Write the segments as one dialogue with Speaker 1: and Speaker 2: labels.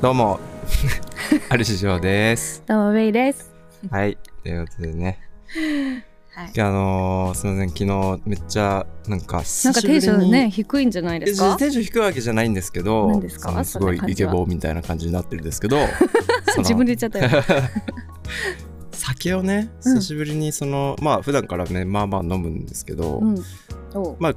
Speaker 1: どう もある師匠です
Speaker 2: どうも、ウェイです。
Speaker 1: はいということでね
Speaker 2: はい。
Speaker 1: あのー、すみません昨日めっちゃなんか
Speaker 2: な
Speaker 1: 久
Speaker 2: んか
Speaker 1: しぶり
Speaker 2: テ
Speaker 1: に
Speaker 2: ンションね、低いんじゃないですか
Speaker 1: テンション低いわけじゃないんですけど
Speaker 2: 何ですか
Speaker 1: そのすごい
Speaker 2: そんな感
Speaker 1: イ
Speaker 2: じ
Speaker 1: ケ
Speaker 2: は
Speaker 1: ボーみたいな感じになってるんです けどその
Speaker 2: 自分で言っちゃったよ。
Speaker 1: 酒をね
Speaker 2: うん
Speaker 1: 久しぶりにその、まあ普段からねまあまあ飲むんですけど、
Speaker 2: うん。おう
Speaker 1: まあ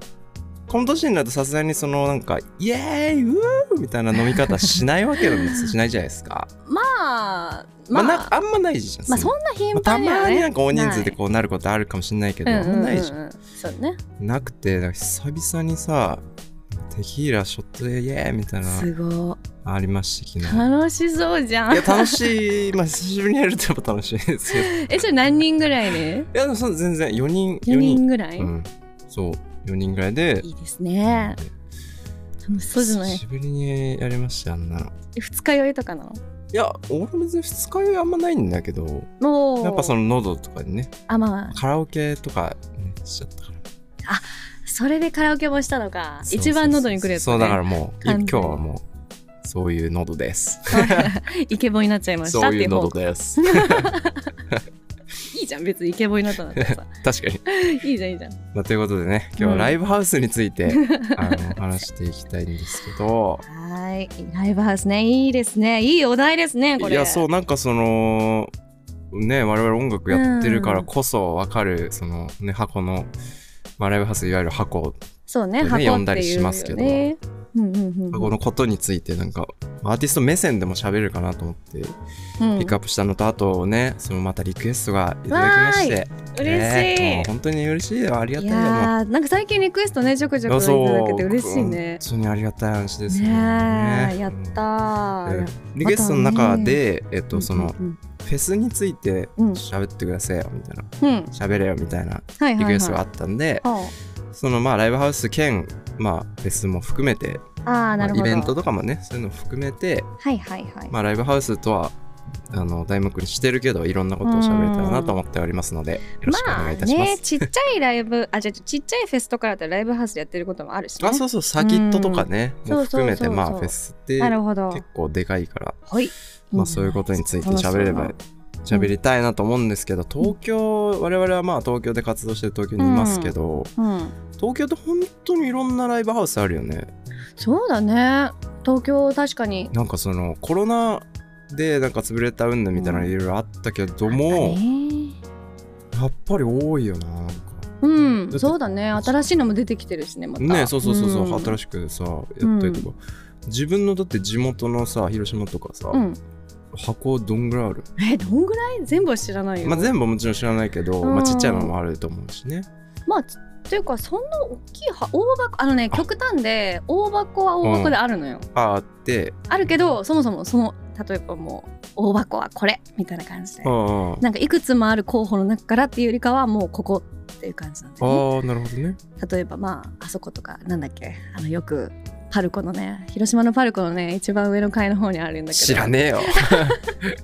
Speaker 1: この年になるとさすがにそのなんかイエーイウーみたいな飲み方しないわけなんですしないじゃないですか。
Speaker 2: まあ、
Speaker 1: まあ、
Speaker 2: まあ、
Speaker 1: なんかあんまないじゃん。
Speaker 2: まあそ
Speaker 1: の
Speaker 2: んな頻
Speaker 1: まあた
Speaker 2: 繁にはね。
Speaker 1: まになんか大人数で
Speaker 2: ない
Speaker 1: こうなることあるかもしれないけど、
Speaker 2: うん
Speaker 1: あん
Speaker 2: うん
Speaker 1: ま
Speaker 2: うん
Speaker 1: ないじゃん。
Speaker 2: うん。そうね。
Speaker 1: なくて、なんか久々にさ、テキーラショットでイエーイみたいな
Speaker 2: すご
Speaker 1: ありました、
Speaker 2: い。
Speaker 1: 昨日。
Speaker 2: 楽しそうじゃん
Speaker 1: いや、。楽しい。まあ、久しぶりにやるとやっぱ楽しいですけど。い
Speaker 2: え、それ何人ぐらいで
Speaker 1: や、でもその全然4人、
Speaker 2: ?4 人ぐらい
Speaker 1: うん。そう、4人ぐらいで。
Speaker 2: いいですね。楽しそうじゃない
Speaker 1: 久しぶりにやりましたよ、あんなの。
Speaker 2: え二日酔いとかなの
Speaker 1: いや、俺も別に二日酔いあんまないんだけど、
Speaker 2: もう。
Speaker 1: やっぱその喉とかにね、
Speaker 2: あ、まあ、
Speaker 1: カラオケとか、ね、しちゃったから。
Speaker 2: それでカラオケもしたのか。
Speaker 1: そうそうそう
Speaker 2: 一番喉にくるやつね。
Speaker 1: そうだからもうい今
Speaker 2: 完全に
Speaker 1: 日はもうそういう喉です
Speaker 2: イケボになっちゃいまし
Speaker 1: そ
Speaker 2: たっ
Speaker 1: う
Speaker 2: てい
Speaker 1: いう
Speaker 2: う方
Speaker 1: 喉です
Speaker 2: いいじゃん別にイケボになったんだ からさ
Speaker 1: 確かに、
Speaker 2: いいじゃんいいじゃん
Speaker 1: まあ、ということでね今日はライブハウスについ て、あの話していきたいんですけど
Speaker 2: はいライブハウスねいいですねいいお題ですね こ
Speaker 1: い
Speaker 2: れ
Speaker 1: やそう
Speaker 2: う
Speaker 1: なんかそのね我々音楽やってるからこそ分かる、そのね箱の、まあ、ライブハウスいわゆる箱
Speaker 2: そうね
Speaker 1: ね
Speaker 2: 箱っていう
Speaker 1: 呼んだりしますけど
Speaker 2: よねうんうんうん
Speaker 1: 箱のことについてなんかアーティスト目線でも喋れるかなと思って
Speaker 2: うん
Speaker 1: ピックアップしたのと、あとねそのまたリクエストがいただきまして
Speaker 2: 嬉しい、
Speaker 1: ねもう本当に嬉しいよありが
Speaker 2: い
Speaker 1: たいよもう
Speaker 2: やーなんか最近リクエストねちょくちょくいただけて嬉しい
Speaker 1: 本
Speaker 2: ね
Speaker 1: 当にありがたい話です
Speaker 2: ね
Speaker 1: よ
Speaker 2: え
Speaker 1: ね
Speaker 2: やったー、
Speaker 1: うんリクエストの中で、えっ
Speaker 2: うん
Speaker 1: とその
Speaker 2: うん
Speaker 1: フェスについて
Speaker 2: うん
Speaker 1: 喋ってくださいよみたいな
Speaker 2: うん、うん
Speaker 1: 喋れよみたいな
Speaker 2: はいはい、はい、
Speaker 1: リクエストがあったんで、
Speaker 2: あ
Speaker 1: そのまあライブハウス兼まあフェスも含めて、
Speaker 2: あー
Speaker 1: ま
Speaker 2: な
Speaker 1: あ
Speaker 2: るほ
Speaker 1: イ
Speaker 2: ど、
Speaker 1: ベントとかもねそういうの含めて
Speaker 2: はいはいはい、
Speaker 1: まあライブハウスとはあの題目にしてるけどいろんなことを喋れたらなと思っておりますのでよろしくお願いいたしま
Speaker 2: あね
Speaker 1: す。
Speaker 2: ちっちゃいライブあじゃあちっちゃいフェスとかだったらライブハウスでやってることもあるしね
Speaker 1: あそうそうサーキットとかね
Speaker 2: うん
Speaker 1: も含めて
Speaker 2: そうそうそうそう
Speaker 1: まあフェスって
Speaker 2: なるほど
Speaker 1: 結構でかいから
Speaker 2: はい
Speaker 1: まあ、そういうことについて喋れば喋りたいなと思うんですけど東京我々はまあ東京で活動して東京にいますけど、
Speaker 2: うん
Speaker 1: 東京って本当にいろんなライブハウスあるよね
Speaker 2: そうだね東京確かに
Speaker 1: なんかそのコロナでなんか潰れた云々みたいなのいろいろあったけども、やっぱり多いよななんか
Speaker 2: うん
Speaker 1: て
Speaker 2: そうだね新しいのも出てきてるしねまた
Speaker 1: ねそうそうそうそう、
Speaker 2: ん
Speaker 1: 新しくさやったりとか、自分のだって地元のさ広島とかさ、
Speaker 2: うん
Speaker 1: 箱どんぐらいある、
Speaker 2: えどんぐらい全部は知らないよ
Speaker 1: まあ、
Speaker 2: ま
Speaker 1: 全部はもちろん知らないけど、
Speaker 2: うん
Speaker 1: まあ、ちっちゃいのもあると思うしね
Speaker 2: あつっていうかそんな大きいは大箱あのね
Speaker 1: あ
Speaker 2: 極端で大箱は大箱であるのよ
Speaker 1: ああって
Speaker 2: あるけどそもそもその例えばもう大箱はこれみたいな感じで
Speaker 1: うんうん
Speaker 2: なんかいくつもある候補の中からっていうよりかはもうここっていう感じなんだよね
Speaker 1: ああなるほどね。
Speaker 2: 例えばまああそことかなんだっけあのよくパルコのね広島のパルコのね一番上の階の方にあるんだけど
Speaker 1: 知らねえ よ。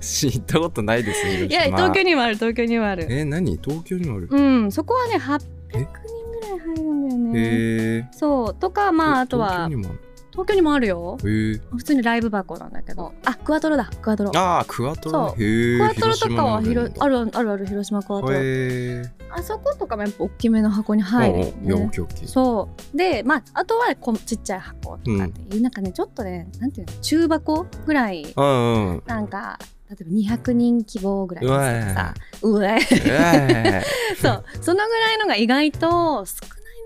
Speaker 1: 知ったことないですよ。
Speaker 2: いや
Speaker 1: まあ
Speaker 2: 東京にもある東京にもある
Speaker 1: え何東京にもある。
Speaker 2: うんそこはね800人ぐらい入るんだよね
Speaker 1: へえ。
Speaker 2: そうとかまああとは
Speaker 1: 東京にもある
Speaker 2: 東京にもあるよ
Speaker 1: へえ。
Speaker 2: 普通にライブ箱なんだけどあクワトロだクワトロク
Speaker 1: ああクワトロ
Speaker 2: そ。う
Speaker 1: へえ。
Speaker 2: ワトロとかは
Speaker 1: 広島に
Speaker 2: 広あるあるあるある広島クワ
Speaker 1: あ
Speaker 2: トロ
Speaker 1: るんだ。へえ。
Speaker 2: あそことかもやっぱ大きめの箱に入る
Speaker 1: おう
Speaker 2: よ
Speaker 1: おういや大
Speaker 2: ね
Speaker 1: きい大きい。
Speaker 2: そうでまああとはこうちっちゃい箱とかっていう、なんかねちょっとねなんていうの中箱ぐらい
Speaker 1: うんうん。
Speaker 2: なんか例えば200人希望ぐらいのやつとかさうわ
Speaker 1: ええ。
Speaker 2: そうそのぐらいのが意外と少ない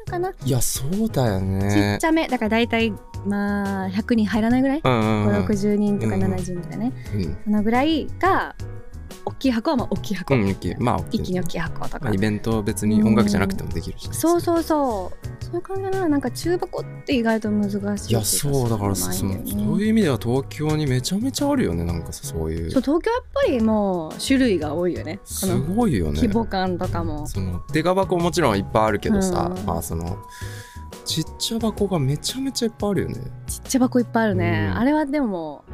Speaker 2: のかな、
Speaker 1: いやそうだよ
Speaker 2: ちっ
Speaker 1: ね
Speaker 2: ち。ゃめだから大体まあ100人入らないぐらい、
Speaker 1: うんうんうん。
Speaker 2: 560人とか
Speaker 1: うん
Speaker 2: 70人とかね、
Speaker 1: うん
Speaker 2: そのぐらいが大きい箱はまあ大きい箱、
Speaker 1: うん大きいまあ大きい
Speaker 2: 一気に大きい箱とか、
Speaker 1: まあイベント別に音楽じゃなくてもできるしね。
Speaker 2: そうそうそうそういう感じかななんか中箱って意外と難しいって
Speaker 1: い
Speaker 2: い
Speaker 1: やそうだからさそ
Speaker 2: そう
Speaker 1: の
Speaker 2: ないんだよね
Speaker 1: そういう意味では東京にめちゃめちゃあるよねなんかさそういう
Speaker 2: そう東京やっぱりもう種類が多いよねこ
Speaker 1: す
Speaker 2: の
Speaker 1: ごいよね
Speaker 2: 規模感とかも、
Speaker 1: そのデカ箱もちろんいっぱいあるけどさ、
Speaker 2: うん
Speaker 1: まあそのちっちゃ箱がめちゃめちゃいっぱいあるよね
Speaker 2: ちっちゃ箱いっぱいあるね、
Speaker 1: うん
Speaker 2: あれはでも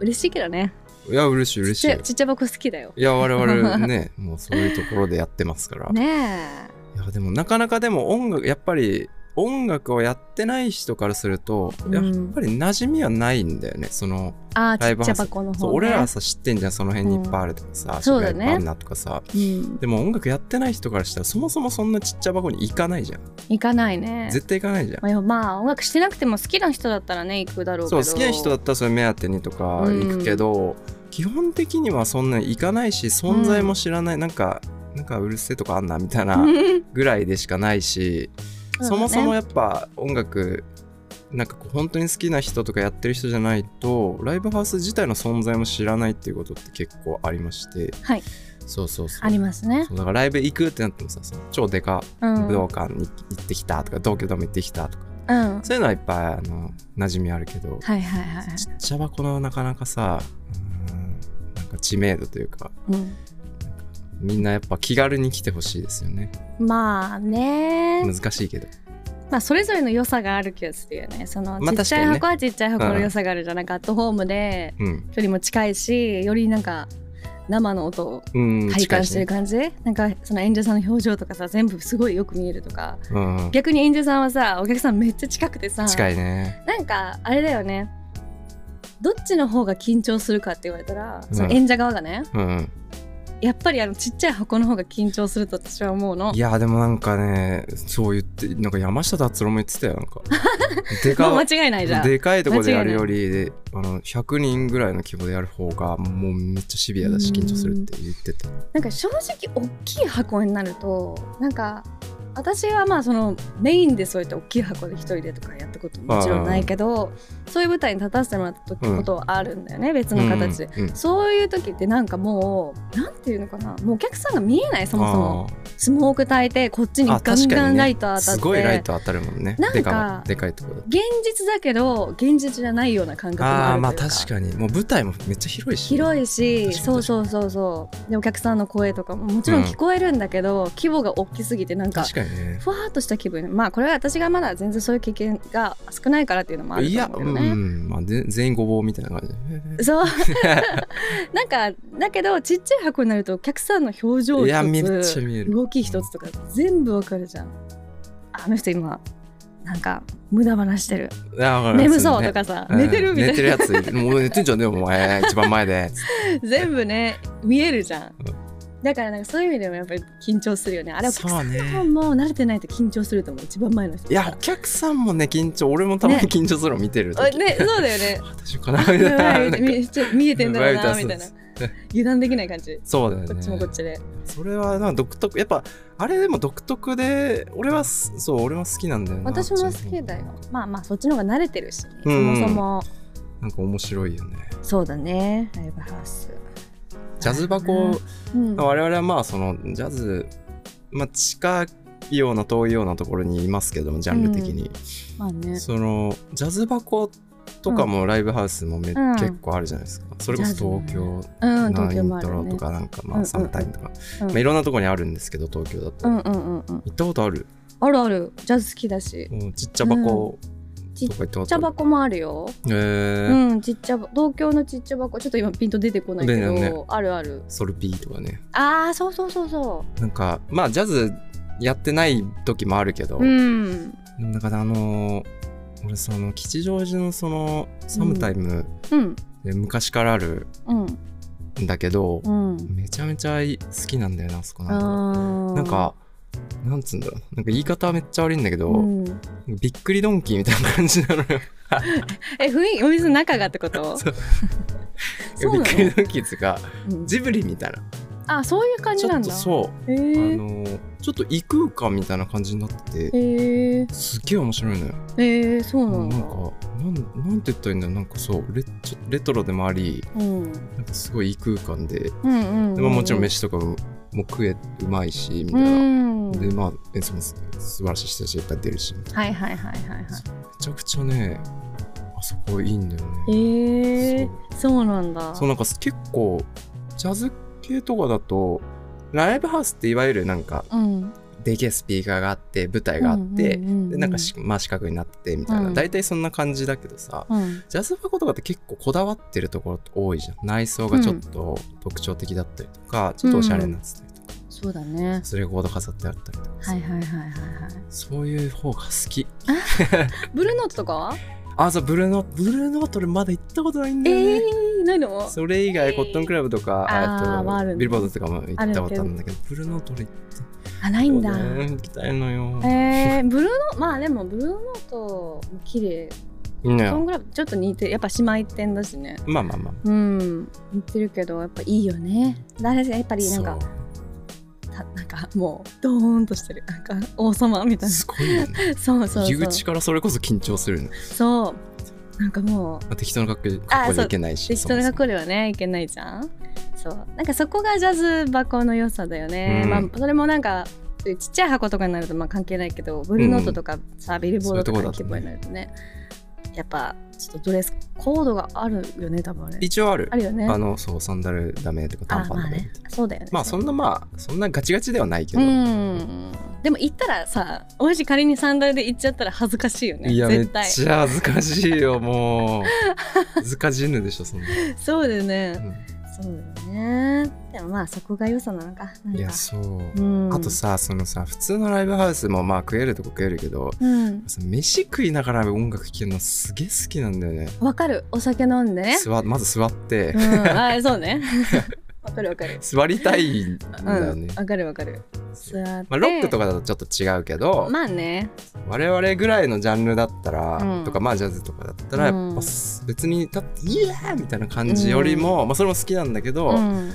Speaker 2: 嬉しいけどね
Speaker 1: いや嬉しい
Speaker 2: ちっ
Speaker 1: 嬉し
Speaker 2: ち
Speaker 1: い
Speaker 2: ゃいちっちゃい箱好きだよ
Speaker 1: いや我々 ねもうそういうところでやってますから、
Speaker 2: ねえ
Speaker 1: いやでもなかなかでも音楽やっぱり音楽をやってない人からすると、
Speaker 2: うん
Speaker 1: やっぱり馴染みはないんだよねその
Speaker 2: ああ
Speaker 1: ラ
Speaker 2: ち
Speaker 1: イ
Speaker 2: っ
Speaker 1: ブ
Speaker 2: ち
Speaker 1: ハウ
Speaker 2: ゃ
Speaker 1: ス
Speaker 2: 箱の方、ね、
Speaker 1: そう俺らはさ知ってんじゃんその辺にいっぱいあるとかさ、
Speaker 2: んそうだね
Speaker 1: 渋谷にバンナとかさ
Speaker 2: うん
Speaker 1: でも音楽やってない人からしたらそもそもそんなちっちゃい箱に行かないじゃん、
Speaker 2: 行かないね
Speaker 1: 絶対行かないじゃん、
Speaker 2: まあでもまあ音楽してなくても好きな人だったらね行くだろうけ
Speaker 1: そう
Speaker 2: ど
Speaker 1: 好きな人だったらそれ目当てにとか行くけど、基本的にはそんなに行かないし存在も知らない、なんかなんかうるせえとかあんなみたいなぐらいでしかない し、
Speaker 2: うん
Speaker 1: そもそも
Speaker 2: うだね
Speaker 1: やっぱ音楽なんかこう本当に好きな人とかやってる人じゃないとライブハウス自体の存在も知らないっていうことって結構ありまして、
Speaker 2: はい
Speaker 1: そうそうそう
Speaker 2: ありますね
Speaker 1: そうだからライブ行くってなってもさその超でか
Speaker 2: うん
Speaker 1: 武道館に行ってきたとか、東京ドーム行ってきたとか
Speaker 2: うんはい
Speaker 1: そういうのはいっぱいあの馴染みあるけど、
Speaker 2: はいはいはい
Speaker 1: ちっちゃ箱のなかなかさうんなんか知名度というか
Speaker 2: う
Speaker 1: みんなやっぱ気軽に来てほしいですよね
Speaker 2: ん、まあね、
Speaker 1: 難しいけど
Speaker 2: まあ、それぞれの良さがある気がするよねその
Speaker 1: まあ
Speaker 2: ちっち
Speaker 1: 確か
Speaker 2: ゃい
Speaker 1: にね
Speaker 2: 箱はちっちゃい箱の良さがあるじゃんなんかアットホームで
Speaker 1: うん
Speaker 2: 距離も近いしよりなんか生の音を
Speaker 1: うん
Speaker 2: 体感してる
Speaker 1: か、
Speaker 2: 感じ、なんかその演者さんの表情とかさ全部すごいよく見えるとから
Speaker 1: うん、
Speaker 2: 逆に演者さんはさお客さんめっちゃ近くてさ
Speaker 1: 近いね
Speaker 2: なんかあれだよねどっちの方が緊張するかって言われたら、
Speaker 1: うん
Speaker 2: その演者側がね
Speaker 1: うん
Speaker 2: やっぱりあのちっちゃい箱の方が緊張すると私は思うの
Speaker 1: いやでもなんかねそう言ってなんか山下達郎も言ってたよなん かで
Speaker 2: もう
Speaker 1: か
Speaker 2: 間違いないじゃん
Speaker 1: でかいとこでやるよりであの100人ぐらいの規模でやる方がもうめっちゃシビアだし緊張するって言ってた
Speaker 2: なんか正直大きい箱になるとなんか私はまあそのメインでそうやって大きい箱で一人でとかやったことももちろんないけどそういう舞台に立たせてもらった時
Speaker 1: うん
Speaker 2: ことはあるんだよね、別の形で、
Speaker 1: うんうん
Speaker 2: そういう時ってなんかもうなんていうのかなもうお客さんが見えないそもそも
Speaker 1: あー
Speaker 2: スモーク焚いてこっちにガンガンライト当たっ
Speaker 1: す
Speaker 2: て、
Speaker 1: ごいライト当たるもんね
Speaker 2: なんか
Speaker 1: でかでかいところだ
Speaker 2: 現実だけど現実じゃないような感覚も
Speaker 1: あ
Speaker 2: あ
Speaker 1: あ
Speaker 2: る
Speaker 1: ーま
Speaker 2: とい
Speaker 1: あ
Speaker 2: うか
Speaker 1: 確かにもう舞台もめっちゃ広いし
Speaker 2: 広い
Speaker 1: 確
Speaker 2: し
Speaker 1: かに
Speaker 2: そうそうそうそうでお客さんの声とかももちろん聞こえるんだけど、規模が大きすぎてなんか
Speaker 1: 確かにね
Speaker 2: ふわーっとした気分まあこれは私がまだ全然そういう経験が少ないからっていうのもある
Speaker 1: い
Speaker 2: と
Speaker 1: や
Speaker 2: 思う
Speaker 1: う
Speaker 2: けどね。
Speaker 1: んまあぜ全員ごぼうみたいな感じ
Speaker 2: そうなんかだけどちっちゃい箱になるとお客さんの表情
Speaker 1: い
Speaker 2: 一
Speaker 1: やめっちゃ
Speaker 2: つ
Speaker 1: 見える
Speaker 2: 動き一つとか全部わかるじゃんあの人今なんか無駄話してる
Speaker 1: いやわかる
Speaker 2: 眠そうとかさ、
Speaker 1: うん
Speaker 2: 寝てるみた
Speaker 1: 寝て
Speaker 2: い
Speaker 1: る
Speaker 2: な
Speaker 1: やついるもう寝てんじゃねえよお前一番前で
Speaker 2: 全部ね見えるじゃん
Speaker 1: う
Speaker 2: だからなんかそういう意味でもやっぱり緊張するよ ねあれお客
Speaker 1: そう
Speaker 2: さ
Speaker 1: ね
Speaker 2: んも慣れてないと緊張すると思う一番前の人
Speaker 1: いやお客さんもね緊張俺もたまに緊張するの見てる
Speaker 2: あ
Speaker 1: 時、
Speaker 2: ねそうだ よね
Speaker 1: 私 かなみたいななんか
Speaker 2: 見ちょ見えてんだろうな
Speaker 1: うん
Speaker 2: みたいな
Speaker 1: そう
Speaker 2: 油断できない感じ
Speaker 1: そうだよね
Speaker 2: こっちもこっちで
Speaker 1: それはなんか独特やっぱあれでも独特で俺はすそう俺は好きなんだよな
Speaker 2: 私も好きだよまあまあそっちの方が慣れてるし、ね、
Speaker 1: う
Speaker 2: そ
Speaker 1: ん
Speaker 2: もそも
Speaker 1: なんか面白いよね
Speaker 2: そうだねライブハウス
Speaker 1: ジャズ箱、
Speaker 2: うん
Speaker 1: 我々はまあそのジャズ、まあ、近いような遠いようなところにいますけどもジャンル的に、
Speaker 2: まあね
Speaker 1: そのジャズ箱とかもライブハウスもめ、
Speaker 2: うん
Speaker 1: 結構あるじゃないですかそれこそ東京
Speaker 2: うん
Speaker 1: な
Speaker 2: 東
Speaker 1: イ
Speaker 2: 京もあ
Speaker 1: ント
Speaker 2: る
Speaker 1: ロ
Speaker 2: ね
Speaker 1: とかなんか
Speaker 2: うん
Speaker 1: ま
Speaker 2: うん
Speaker 1: あサムタイムとか、
Speaker 2: うん
Speaker 1: まあ、いろんなところにあるんですけど東京だと、
Speaker 2: うん
Speaker 1: 行
Speaker 2: うんうんうん
Speaker 1: ったことある
Speaker 2: あるあるジャズ好きだし
Speaker 1: もうちっちゃ箱
Speaker 2: ち
Speaker 1: と
Speaker 2: っ
Speaker 1: か行ったこ
Speaker 2: ちゃ
Speaker 1: とある、
Speaker 2: 箱もあるよ
Speaker 1: えー
Speaker 2: うんちっちゃば東京のちっちゃ箱ちょっと今ピンと出てこないけど、
Speaker 1: 出ないよ
Speaker 2: あるある
Speaker 1: ソルピーとかね
Speaker 2: ああそうそうそうそ
Speaker 1: なんかまあジャズやってない時もあるけど、
Speaker 2: ううん
Speaker 1: だからあのー俺その吉祥寺のそのサムタイム
Speaker 2: うん
Speaker 1: で昔からある
Speaker 2: うん
Speaker 1: んだけど、
Speaker 2: うん
Speaker 1: めちゃめちゃい好きなんだよなあそこなんか、
Speaker 2: な
Speaker 1: なんかなんつうんだろうなんか言い方はめっちゃ悪いんだけど、
Speaker 2: うん、
Speaker 1: びっくりドンキーみたいな感じなのよ
Speaker 2: え雰囲気お店の中がってこと
Speaker 1: そう
Speaker 2: そ
Speaker 1: び
Speaker 2: うなの
Speaker 1: っくりドンキーっつうか
Speaker 2: うん
Speaker 1: ジブリみたいな
Speaker 2: あそういう感じ
Speaker 1: ちょ
Speaker 2: な
Speaker 1: っ
Speaker 2: ん
Speaker 1: と
Speaker 2: だ
Speaker 1: そう、
Speaker 2: へ
Speaker 1: あ
Speaker 2: ー
Speaker 1: のーちょっと異空間みたいな感じになってて
Speaker 2: へー
Speaker 1: すっげえ面白いのよ
Speaker 2: へーそうなんだ
Speaker 1: なんかなんなんて言ったらいいんだろうなんかそうレちょレトロでもあり
Speaker 2: うん
Speaker 1: なんかすごい異空間で、
Speaker 2: うんうんうん
Speaker 1: まあ、もちろん飯とかもも食えうまいしみた
Speaker 2: う
Speaker 1: いな、
Speaker 2: んはい
Speaker 1: でまあ演奏もす素晴らしい人たちがいっぱい出るしめ
Speaker 2: はいはいはいはい
Speaker 1: ちゃくちゃねあそこいいんだよ
Speaker 2: へ
Speaker 1: ね、
Speaker 2: ーそうなんだ
Speaker 1: そうなんか結構ジャズ系とかだとライブハウスっていわゆるなんか
Speaker 2: うん
Speaker 1: でけえスピーカーがあって舞台があって、
Speaker 2: うんうんうんうん
Speaker 1: でなんかし、まあ、四角になっててみたいな、
Speaker 2: うん
Speaker 1: 大体そんな感じだけどさ
Speaker 2: うん
Speaker 1: ジャズ箱とかって結構こだわってるところって多いじゃん内装がちょっと特徴的だったりとか、ちょっとおしゃれになってたりとか、
Speaker 2: そうだね
Speaker 1: それがコード飾ってあったりとか、
Speaker 2: はいはいはいはいはい
Speaker 1: そういう方が好き
Speaker 2: ブルーノートとかは
Speaker 1: あそうブルーノブルーノート俺まだ行ったことないんだよね、
Speaker 2: えー、ないの
Speaker 1: それ以外コットンクラブとか、
Speaker 2: あー
Speaker 1: あと
Speaker 2: はあるんだ
Speaker 1: ビルボードとかも行ったことあるんだけどブルーノート俺行った
Speaker 2: あないんだ、
Speaker 1: ね行きたいのよ、
Speaker 2: えー、ブルーノまあでもブルーノートも綺麗
Speaker 1: ね
Speaker 2: そんぐらいちょっと似てやっぱ姉妹店だしね
Speaker 1: まあまあまあ
Speaker 2: うん似てるけどやっぱいいよね誰せやっぱりなんかたなんかもうドーンとしてるなんか王様
Speaker 1: そ
Speaker 2: みた
Speaker 1: う
Speaker 2: い
Speaker 1: すごいよね
Speaker 2: なそうそう
Speaker 1: 入り
Speaker 2: そう
Speaker 1: 口からそれこそ緊張するね、
Speaker 2: そうなんかもう
Speaker 1: まあ、適当な格好格好でいけないし
Speaker 2: 適当
Speaker 1: そも
Speaker 2: な学校ではねいけないじゃんそうなんかそこがジャズ箱の良さだよね、
Speaker 1: うん
Speaker 2: まあそれもなんかちっちゃい箱とかになるとまあ関係ないけどブルーノートとかさ、ビルボードとかの規模になるとねやっぱちょっとドレスコードがあるよね多分あれ
Speaker 1: そも一応ある
Speaker 2: あるよね
Speaker 1: あのそうサンダルダメとか
Speaker 2: あ
Speaker 1: 短パン
Speaker 2: まあ
Speaker 1: ダメみたい
Speaker 2: ね
Speaker 1: な
Speaker 2: そうだよね
Speaker 1: まあそんなまあそんなガチガチではないけ
Speaker 2: う
Speaker 1: ど、
Speaker 2: んでも行ったらさもし仮にサンダルで行っちゃったら恥ずかしいよね
Speaker 1: いやめっ
Speaker 2: 絶対
Speaker 1: ちゃ恥ずかしいよ もう恥ずかしいぬでしょそんな、
Speaker 2: そうだよね、
Speaker 1: う
Speaker 2: そうだよねでもまあそこが良さなのかなん
Speaker 1: ん、
Speaker 2: か
Speaker 1: いやそう、
Speaker 2: うん、
Speaker 1: あとさそのさ普通のライブハウスもまあ食えるとこ食えるけど
Speaker 2: うん
Speaker 1: その飯食いながら音楽聴けるのすげえ好きなんだよね
Speaker 2: わかるお酒飲んでね
Speaker 1: 座まず座って、
Speaker 2: うんあそう ねわかるわかる
Speaker 1: 座りたいん
Speaker 2: うん
Speaker 1: だよ
Speaker 2: わ、
Speaker 1: ね、
Speaker 2: かるわかる座って、
Speaker 1: まあ、ロックとかだとちょっと違うけど、
Speaker 2: まあね
Speaker 1: 我々ぐらいのジャンルだったら、
Speaker 2: うん
Speaker 1: とかまあジャズとかだったらやっ
Speaker 2: う
Speaker 1: ぱ
Speaker 2: ん
Speaker 1: 別に立って「イエー!」みたいな感じよりも、まあ、それも好きなんだけど、
Speaker 2: うん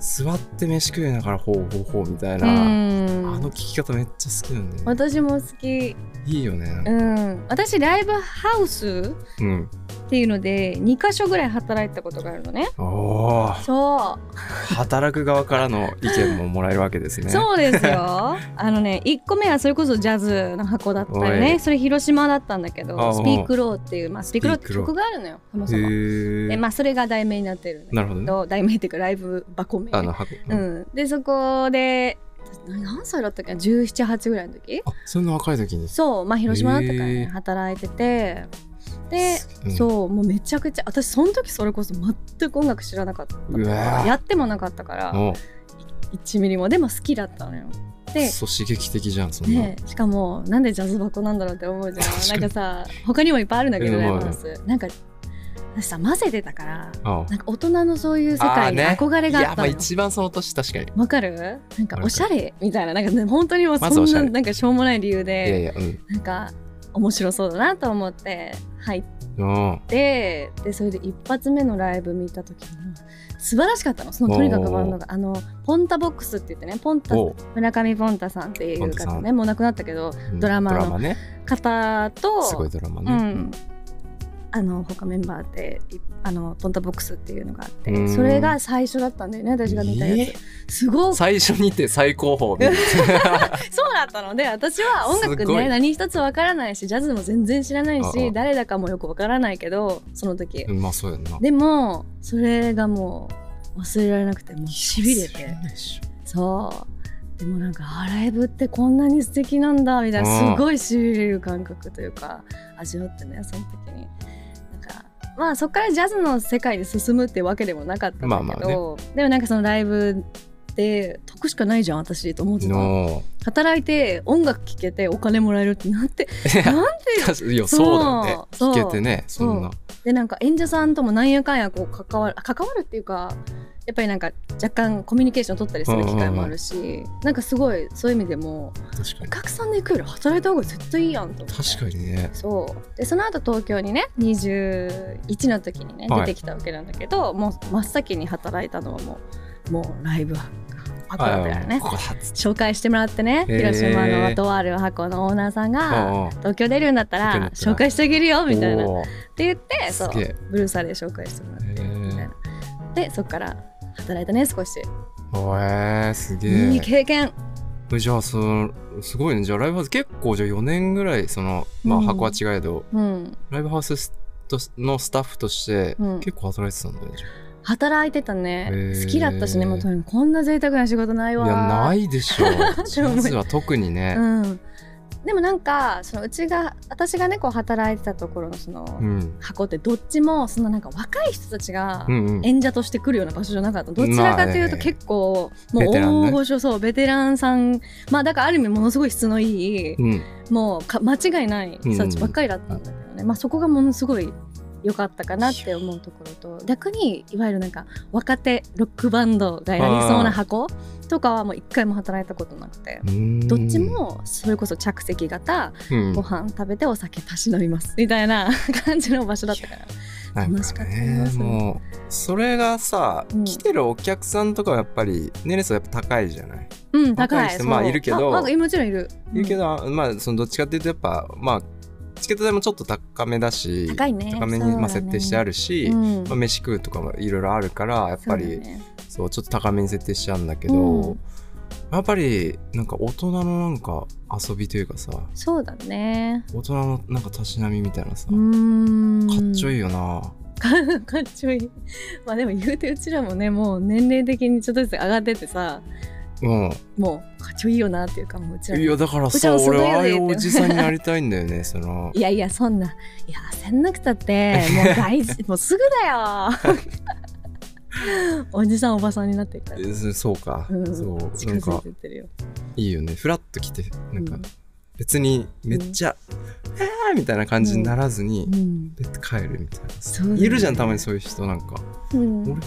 Speaker 1: 座って飯食いながら「ほうほうほう」みたいうな、あの
Speaker 2: ん
Speaker 1: 聞き方めっちゃ好きなんだよね
Speaker 2: 私も好き
Speaker 1: いいよね
Speaker 2: う、ん私ライブハウス
Speaker 1: うん、
Speaker 2: っていうので2か所ぐらい働いたことがあるのね
Speaker 1: おー
Speaker 2: そう
Speaker 1: 働く側からの意見ももらえるわけですね。
Speaker 2: そうですよ あのね1個目はそれこそジャズの箱だったり
Speaker 1: おい
Speaker 2: ねそれ広島だったんだけ
Speaker 1: あ
Speaker 2: どスピークローっていう、まあ、スピークローって曲があるのよそもそ
Speaker 1: へ
Speaker 2: も
Speaker 1: ー
Speaker 2: で、まあ、それが題名になってるんだ
Speaker 1: なるほどね。
Speaker 2: けど題名っていうかライブ箱名、
Speaker 1: あの箱、う
Speaker 2: う
Speaker 1: ん
Speaker 2: ん、でそこで何何歳だったっけ1718ぐらいの時
Speaker 1: あそんな若い時に。
Speaker 2: そうまあ広島だったから
Speaker 1: へ
Speaker 2: ね
Speaker 1: ー
Speaker 2: 働いててで
Speaker 1: うん
Speaker 2: そうもうめちゃくちゃ私その時それこそ全く音楽知らなかった
Speaker 1: うわー
Speaker 2: やってもなかったから
Speaker 1: も
Speaker 2: 1ミリもでも好きだったのよ
Speaker 1: う
Speaker 2: で
Speaker 1: そう刺激的じゃんそんな。
Speaker 2: ねえしかもなんでジャズ箱なんだろうって思うじ
Speaker 1: 確か
Speaker 2: ゃん
Speaker 1: に
Speaker 2: なんかさ他にもいっぱいあるんだけ
Speaker 1: う
Speaker 2: ど
Speaker 1: ん
Speaker 2: ライブハウスなんか私さ混ぜてたから
Speaker 1: あ
Speaker 2: なんか大人のそういう世界に
Speaker 1: あーね
Speaker 2: 憧れ
Speaker 1: い
Speaker 2: があ
Speaker 1: や
Speaker 2: っ
Speaker 1: ま
Speaker 2: た
Speaker 1: あ
Speaker 2: のよ
Speaker 1: 一番その年確かに。
Speaker 2: わかるなんかおしゃれみたいななんか、ね、本当にもうそ
Speaker 1: まずお
Speaker 2: ん
Speaker 1: しゃ
Speaker 2: な
Speaker 1: れ
Speaker 2: なんかしょうもない理由
Speaker 1: いやい
Speaker 2: で
Speaker 1: やうん。
Speaker 2: なんか面白そうだなと思って入っ
Speaker 1: うん
Speaker 2: てでそれで一発目のライブ見た時も素晴らしかったのそのとにかくバンドがあのポンタボックスって言ってねポンタ
Speaker 1: おう
Speaker 2: 村上ポンタさんってい
Speaker 1: ポン
Speaker 2: う
Speaker 1: タさ
Speaker 2: 方
Speaker 1: ん
Speaker 2: ねもう亡くなったけど
Speaker 1: うん
Speaker 2: ドラマ
Speaker 1: ド
Speaker 2: の
Speaker 1: ラマね。
Speaker 2: 方と
Speaker 1: すごいドラマ
Speaker 2: う
Speaker 1: ね。
Speaker 2: ん、あの他メンバーでいあのポンタボックスっていうのがあって、
Speaker 1: うん
Speaker 2: それが最初だったんだよね私が見たやつ、
Speaker 1: え
Speaker 2: すごい
Speaker 1: 最初にって最高峰みたいな
Speaker 2: そうだったので私は音楽
Speaker 1: すご
Speaker 2: ね
Speaker 1: い
Speaker 2: 何一つわからないしジャズも全然知らない
Speaker 1: ああ
Speaker 2: し誰だかもよくわからないけどその時、
Speaker 1: うんまあそうやんな。
Speaker 2: でもそれがもう忘れられなくてもうしび
Speaker 1: そ
Speaker 2: れ
Speaker 1: ん
Speaker 2: て
Speaker 1: なでし
Speaker 2: そうでもなんかあライブってこんなに素敵なんだみたい
Speaker 1: うん
Speaker 2: なすごいしびれる感覚というか味わってねその時になんかまあそこからジャズの世界に進むってわけでもなかったんだ
Speaker 1: まあ
Speaker 2: けど、
Speaker 1: まあね
Speaker 2: でもなんかそのライブで得しかないじゃん私と思っ
Speaker 1: ょ
Speaker 2: てたの
Speaker 1: の
Speaker 2: 働いて音楽聴けてお金もらえるってなんてなんて
Speaker 1: 確かにいやそうだよね
Speaker 2: そう
Speaker 1: 聞けてねそんな
Speaker 2: でなんか演者さんともなんやかんやこう関わるあ関わるっていうかやっぱりなんか若干コミュニケーション取ったりする機会もあるし、なんかすごいそういう意味でも
Speaker 1: 確か
Speaker 2: お
Speaker 1: に
Speaker 2: 客さんで行くより働いた方が絶対いいやんと思って
Speaker 1: 確かにね
Speaker 2: そうでその後東京にね21の時にね
Speaker 1: はい
Speaker 2: 出てきたわけなんだけど、もう真っ先に働いたのはもうもうライブは箱だから
Speaker 1: ああ
Speaker 2: ね
Speaker 1: ここ初
Speaker 2: 紹介してもらってね
Speaker 1: へえ
Speaker 2: 広島のとある箱のオーナーさんが
Speaker 1: ああ
Speaker 2: 東京出るんだった
Speaker 1: 東京に
Speaker 2: ら
Speaker 1: 行ったら
Speaker 2: 紹介してあげるよみたいなっ
Speaker 1: おー
Speaker 2: て言ってそ
Speaker 1: すげ
Speaker 2: う
Speaker 1: え
Speaker 2: ブルーサーで紹介してもらって
Speaker 1: へえ
Speaker 2: みたいなでそっから働いたね少し、
Speaker 1: おえすげ
Speaker 2: い
Speaker 1: え
Speaker 2: い経験
Speaker 1: じゃあそのすごいねじゃあライブハウス結構じゃあ4年ぐらいそのまあ
Speaker 2: うん
Speaker 1: 箱は違えど、
Speaker 2: うん
Speaker 1: ライブハウスとしのスタッフとして
Speaker 2: うん
Speaker 1: 結構働いてたんだよね、じゃ
Speaker 2: 働いてたね
Speaker 1: へえ
Speaker 2: 好きだったしねもうとにかくこんな贅沢な仕事ない
Speaker 1: あ
Speaker 2: わ
Speaker 1: いやないいでしょ
Speaker 2: でも
Speaker 1: 実は特にね、
Speaker 2: うんでもなんかそのうちが私がねこう働いてたところのその
Speaker 1: うん
Speaker 2: 箱ってどっちもそんななんか若い人たちが
Speaker 1: うんうん
Speaker 2: 演者として来るような場所じゃなかったどちらかという
Speaker 1: まあ
Speaker 2: と
Speaker 1: ね
Speaker 2: 結構もう
Speaker 1: ベテランね
Speaker 2: 大御所そうベテランさんまあだからある意味ものすごい質のいい
Speaker 1: うん
Speaker 2: もうか間違いない人たちばっかりだったんだけどねまあそこがものすごい良かったかなって思うところと逆にいわゆるなんか若手ロックバンドがやりそうな箱とかはもう一回も働いたことなくて。
Speaker 1: うん
Speaker 2: どっちもそれこそ着席型
Speaker 1: うん
Speaker 2: ご飯食べてお酒たし飲みますみたいな感じの場所だったから
Speaker 1: なん
Speaker 2: 楽しかったです
Speaker 1: もうそれがさ、
Speaker 2: うん
Speaker 1: 来てるお客さんとかはやっぱり年齢層やっぱ高いじゃない。
Speaker 2: うん高い
Speaker 1: 若い人
Speaker 2: そう
Speaker 1: まあいるけど
Speaker 2: ああもちろんいる
Speaker 1: 言うけど、まあそのどっちかっていうとやっぱまあチケット代もちょっと高めだし
Speaker 2: 高いね
Speaker 1: 高めに、
Speaker 2: そうだね
Speaker 1: まあ、設定してあるし、
Speaker 2: うん
Speaker 1: まあ、飯食うとかもいろいろあるからやっぱりそう,、ちょっと高めに設定しちゃうんだけど、
Speaker 2: うん
Speaker 1: やっぱりなんか大人のなんか遊びというかさ
Speaker 2: そうだね
Speaker 1: 大人のなんかたしなみみたいなさ、
Speaker 2: そうだねうーん
Speaker 1: かっちょいい
Speaker 2: い
Speaker 1: よな。
Speaker 2: かっちょい いまあでも言うてうちらもねもう年齢的にちょっとずつ上がってってさ
Speaker 1: うん、
Speaker 2: もうかっちょいいよなっていうかもううちら
Speaker 1: いやだから
Speaker 2: うちら
Speaker 1: さ
Speaker 2: もそ
Speaker 1: 俺
Speaker 2: の
Speaker 1: はああ
Speaker 2: よう
Speaker 1: いう
Speaker 2: で
Speaker 1: おじさんになりたいんだよねその
Speaker 2: いやいやそんないや焦んなくたって もう大事もうすぐだよおじさんおばさんになっていくから
Speaker 1: えそそうか、
Speaker 2: うん
Speaker 1: そう
Speaker 2: 近
Speaker 1: なん
Speaker 2: づい
Speaker 1: か
Speaker 2: てってるよ
Speaker 1: いいよねフラッと来てなんか、
Speaker 2: うん
Speaker 1: 別にめっちゃ「えー!」みたいな感じにならずに
Speaker 2: う、ん、
Speaker 1: で帰るみたいな
Speaker 2: そうだね
Speaker 1: いるじゃんたまにそういう人なんか
Speaker 2: うん
Speaker 1: 俺みたい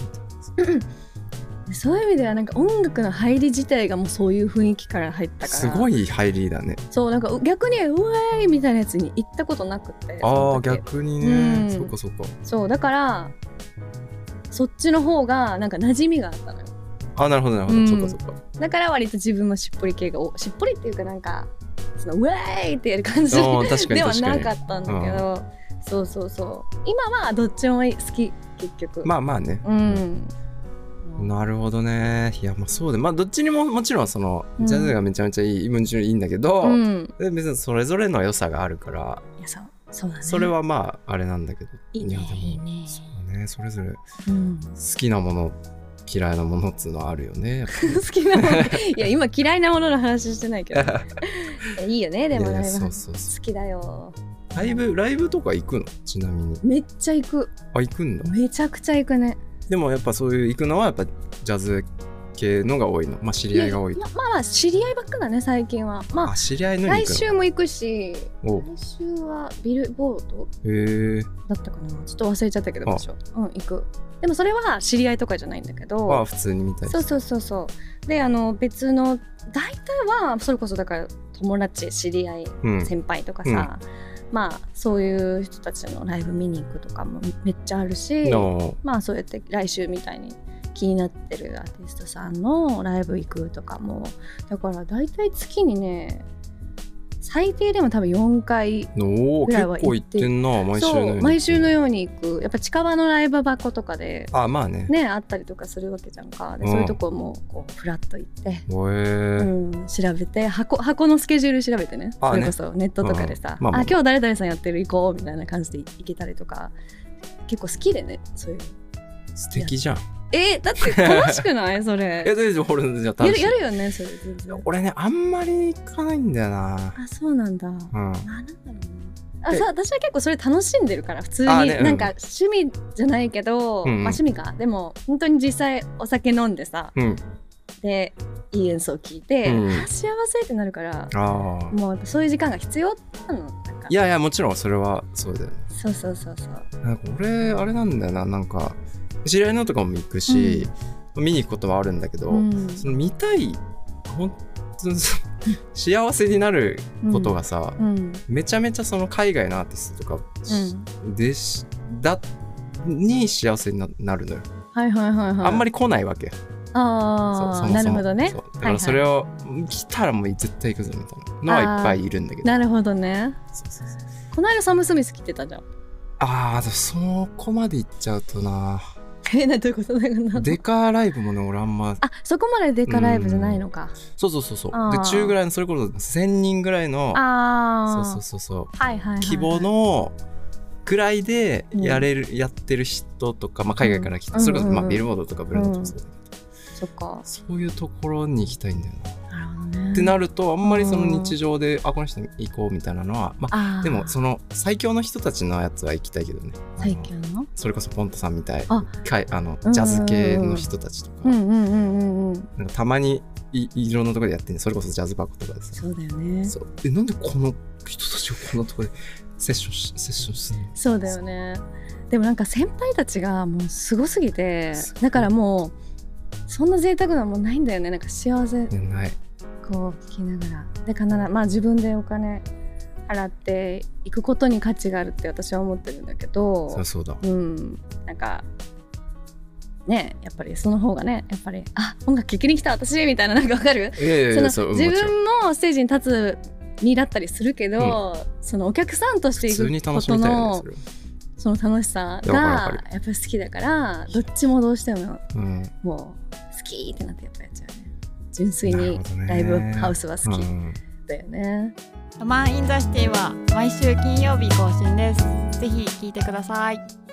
Speaker 2: そういう意味ではなんか音楽の入り自体がもうそういう雰囲気から入ったから
Speaker 1: なすご
Speaker 2: い
Speaker 1: い入りだね
Speaker 2: そうなんか逆に「うわーい!」みたいなやつに行ったことなくてその
Speaker 1: ああ
Speaker 2: 時
Speaker 1: 逆に
Speaker 2: う
Speaker 1: ね
Speaker 2: ん
Speaker 1: そうかそうか
Speaker 2: そうだからそっちの方がなんか馴染みがあったのよ
Speaker 1: あなるほどなるほど、
Speaker 2: うん
Speaker 1: そうかそうか
Speaker 2: だから割と自分もしっぽり系がおしっぽりっていうかなんかその「うわーい!」ってやる感じ
Speaker 1: あー確かに
Speaker 2: では
Speaker 1: 確か
Speaker 2: な
Speaker 1: に
Speaker 2: かったんだけど、そうそうそう今はどっちも好き結局
Speaker 1: まあまあね、
Speaker 2: うん
Speaker 1: なるほどねいやまあそうでまあどっちにももちろんその
Speaker 2: うん
Speaker 1: ジャズがめちゃめちゃいい、もちろんいいんだけど、
Speaker 2: うん
Speaker 1: で別にそれぞれの良さがあるから
Speaker 2: いやそうそうだね
Speaker 1: それはまああれなんだけど
Speaker 2: いいね
Speaker 1: やでも
Speaker 2: いいね
Speaker 1: そうねそれぞれ好
Speaker 2: うん
Speaker 1: きなもの嫌いなものっつうのはあるよねやっぱり
Speaker 2: 好きなものいや今嫌いなものの話してない けどいやいいよねでも
Speaker 1: いや
Speaker 2: ライ
Speaker 1: いや
Speaker 2: ブ
Speaker 1: そうそうそ
Speaker 2: 好きだよ
Speaker 1: うライブライブとか行くのちなみに
Speaker 2: めっちゃ行く
Speaker 1: あ行くんだ
Speaker 2: めちゃくちゃ行くね
Speaker 1: でもやっぱそういう行くのはやっぱジャズ系のが多いのまあ知り合いが多い
Speaker 2: やまあまあ知り合いばっかだね最近はまあ
Speaker 1: あ知り合いのに行
Speaker 2: 来
Speaker 1: くの
Speaker 2: 週も行くし
Speaker 1: おう
Speaker 2: 来週はビルボード
Speaker 1: へえ
Speaker 2: だったかなちょっと忘れちゃったけど
Speaker 1: あ
Speaker 2: 場所うん行くでもそれは知り合いとかじゃないんだけ
Speaker 1: まあ
Speaker 2: ど
Speaker 1: 普通に見たり
Speaker 2: そうそうそうそうであの別の大体はそれこそだから友達知り合い
Speaker 1: うん
Speaker 2: 先輩とかさ、まあそういう人たちのライブ見に行くとかもめっちゃあるし、
Speaker 1: の
Speaker 2: まあそうやって来週みたいに気になってるアーティストさんのライブ行くとかもだから大体月にね最低でも多分4回
Speaker 1: のおー
Speaker 2: ぐらい
Speaker 1: 結
Speaker 2: は
Speaker 1: 構行ってんな毎週のよ
Speaker 2: そうう
Speaker 1: に
Speaker 2: 毎週のように行くやっぱ近場のライブ箱とかで
Speaker 1: あまあね
Speaker 2: ねあったりとかするわけじゃんかで、
Speaker 1: うん
Speaker 2: そういうとこもこうフラッと行って。
Speaker 1: おえ
Speaker 2: うん、調べて箱箱のスケジュール調べてね
Speaker 1: あ
Speaker 2: それこそネットとかでさ、
Speaker 1: うんまあまあ
Speaker 2: あ今日誰々さんやってる行こうみたいな感じで行けたりとか結構好きでねそういう
Speaker 1: 素敵じゃん
Speaker 2: えー、だって楽しくないそれ
Speaker 1: え大丈夫俺じゃあ
Speaker 2: や
Speaker 1: 楽
Speaker 2: る
Speaker 1: しい
Speaker 2: やるよねそれ全然
Speaker 1: 俺ねあんまり行かないんだよな
Speaker 2: あそうなんだ、ま
Speaker 1: うん
Speaker 2: あなんだろうなあ
Speaker 1: え
Speaker 2: さ私は結構それ楽しんでるから普通
Speaker 1: あ
Speaker 2: に、
Speaker 1: ねうん
Speaker 2: なんか趣味じゃないけど、
Speaker 1: うんうん
Speaker 2: まあ趣味かでも本当に実際お酒飲んでさ
Speaker 1: うん
Speaker 2: でいい演奏聞いて、
Speaker 1: うん
Speaker 2: あ幸せってなるから
Speaker 1: ああ
Speaker 2: もうやっぱそういう時間が必要なのなんか
Speaker 1: いやいやもちろんそれはそうだよね
Speaker 2: そうそうそうそう
Speaker 1: なんか俺あれなんだよななんか知り合いのとかも行くし、見に行くことはあるんだけど、
Speaker 2: うん
Speaker 1: その見たい本当にそ 幸せになることがさ、
Speaker 2: うん
Speaker 1: めちゃめちゃその海外のアーティストとかでし、だに幸せにななるのよ、
Speaker 2: はいはいはいはい
Speaker 1: あんま
Speaker 2: り
Speaker 1: り来ないわけそう
Speaker 2: あ
Speaker 1: そもそ
Speaker 2: あ
Speaker 1: も
Speaker 2: なるほどね
Speaker 1: そうだからそれを、来たらもう絶対行くぞみたいなのはいっぱいいるんだけど
Speaker 2: なるほどね
Speaker 1: そうそうそう
Speaker 2: この間サム・スミス来てたじゃん
Speaker 1: ああそこまで行っちゃうとな
Speaker 2: えなどういうことだよな
Speaker 1: デカライブもね俺あんま
Speaker 2: あそこまでデカライブじゃないのか
Speaker 1: そうそうそうそう
Speaker 2: あ
Speaker 1: で
Speaker 2: ー
Speaker 1: 中ぐらいのそれこそ1,000人ぐらいの
Speaker 2: あ
Speaker 1: そ
Speaker 2: あ
Speaker 1: うそうそうそう
Speaker 2: はいはいはい
Speaker 1: 規模のくらいで
Speaker 2: うん
Speaker 1: やれる、やってる人とか、まあ、海外から来て、
Speaker 2: うん
Speaker 1: それこそ、
Speaker 2: うんうんうん
Speaker 1: まあ、ビルボードとかブランドとかそうだけど、
Speaker 2: そっか
Speaker 1: そういうところに行きたいんだよな
Speaker 2: なるほどね
Speaker 1: ってなるとあんまりその日常で、あこの人行こうみたいなのはまあ
Speaker 2: あー
Speaker 1: でもその最強の人たちのやつは行きたいけどねあの
Speaker 2: 最強の
Speaker 1: それこそポンタさんみたい
Speaker 2: あ
Speaker 1: かいあの
Speaker 2: うん
Speaker 1: ジャズ系の人たちとか,、
Speaker 2: うんうんうんうんうん
Speaker 1: なんかたまにいいろんなところでやってるそれこそジャズバックとかでさ
Speaker 2: そうだよね
Speaker 1: そうえなんでこの人たちがこんなところでセッションしセッションするの
Speaker 2: そうだよねでもなんか先輩たちがもうすごすぎて
Speaker 1: すごい
Speaker 2: だからもうそんな贅沢なもんないんだよねなんか幸せ
Speaker 1: ねない
Speaker 2: こう聞きながらで必ずまあ自分でお金払っていくことに価値があるって私は思ってるんだけど
Speaker 1: そうそうだ
Speaker 2: うん、なんかねやっぱりその方がねやっぱりあ音楽聴きに来た私みたいななんかわかる
Speaker 1: いやいやい
Speaker 2: そ
Speaker 1: や
Speaker 2: の
Speaker 1: そう
Speaker 2: 自
Speaker 1: もちろん
Speaker 2: 分もステージに立つ身だったりするけど、そのお客さんとして
Speaker 1: 普通に
Speaker 2: 行くこ
Speaker 1: 楽し
Speaker 2: と
Speaker 1: みたいよね
Speaker 2: の
Speaker 1: それは
Speaker 2: その楽しさ
Speaker 1: いやわかるわ
Speaker 2: がやっぱり好きだからどっちもどうしても
Speaker 1: うん
Speaker 2: もう好きってなってやっぱやっちゃうね純粋
Speaker 1: なる
Speaker 2: に
Speaker 1: ほどね
Speaker 2: ライブハウスは好き
Speaker 1: うん
Speaker 2: だよね。
Speaker 3: ロマンインザシティは毎週金曜日更新です。ぜひ聞いてください。